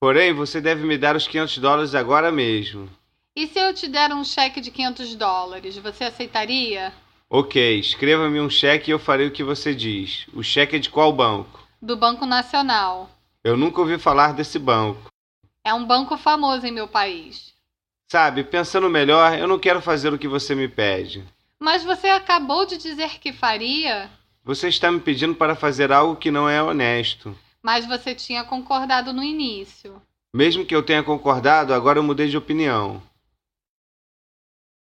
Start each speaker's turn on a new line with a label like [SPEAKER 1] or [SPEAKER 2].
[SPEAKER 1] Porém, você deve me dar os 500 dólares agora mesmo.
[SPEAKER 2] E se eu te der um cheque de 500 dólares, você aceitaria?
[SPEAKER 1] Ok, escreva-me um cheque e eu farei o que você diz. O cheque é de qual banco?
[SPEAKER 2] Do Banco Nacional.
[SPEAKER 1] Eu nunca ouvi falar desse banco.
[SPEAKER 2] É um banco famoso em meu país.
[SPEAKER 1] Sabe, pensando melhor, eu não quero fazer o que você me pede.
[SPEAKER 2] Mas você acabou de dizer que faria,
[SPEAKER 1] Você está me pedindo para fazer algo que não é honesto.
[SPEAKER 2] mas você tinha concordado no início.
[SPEAKER 1] Mesmo que eu tenha concordado, agora eu mudei de opinião.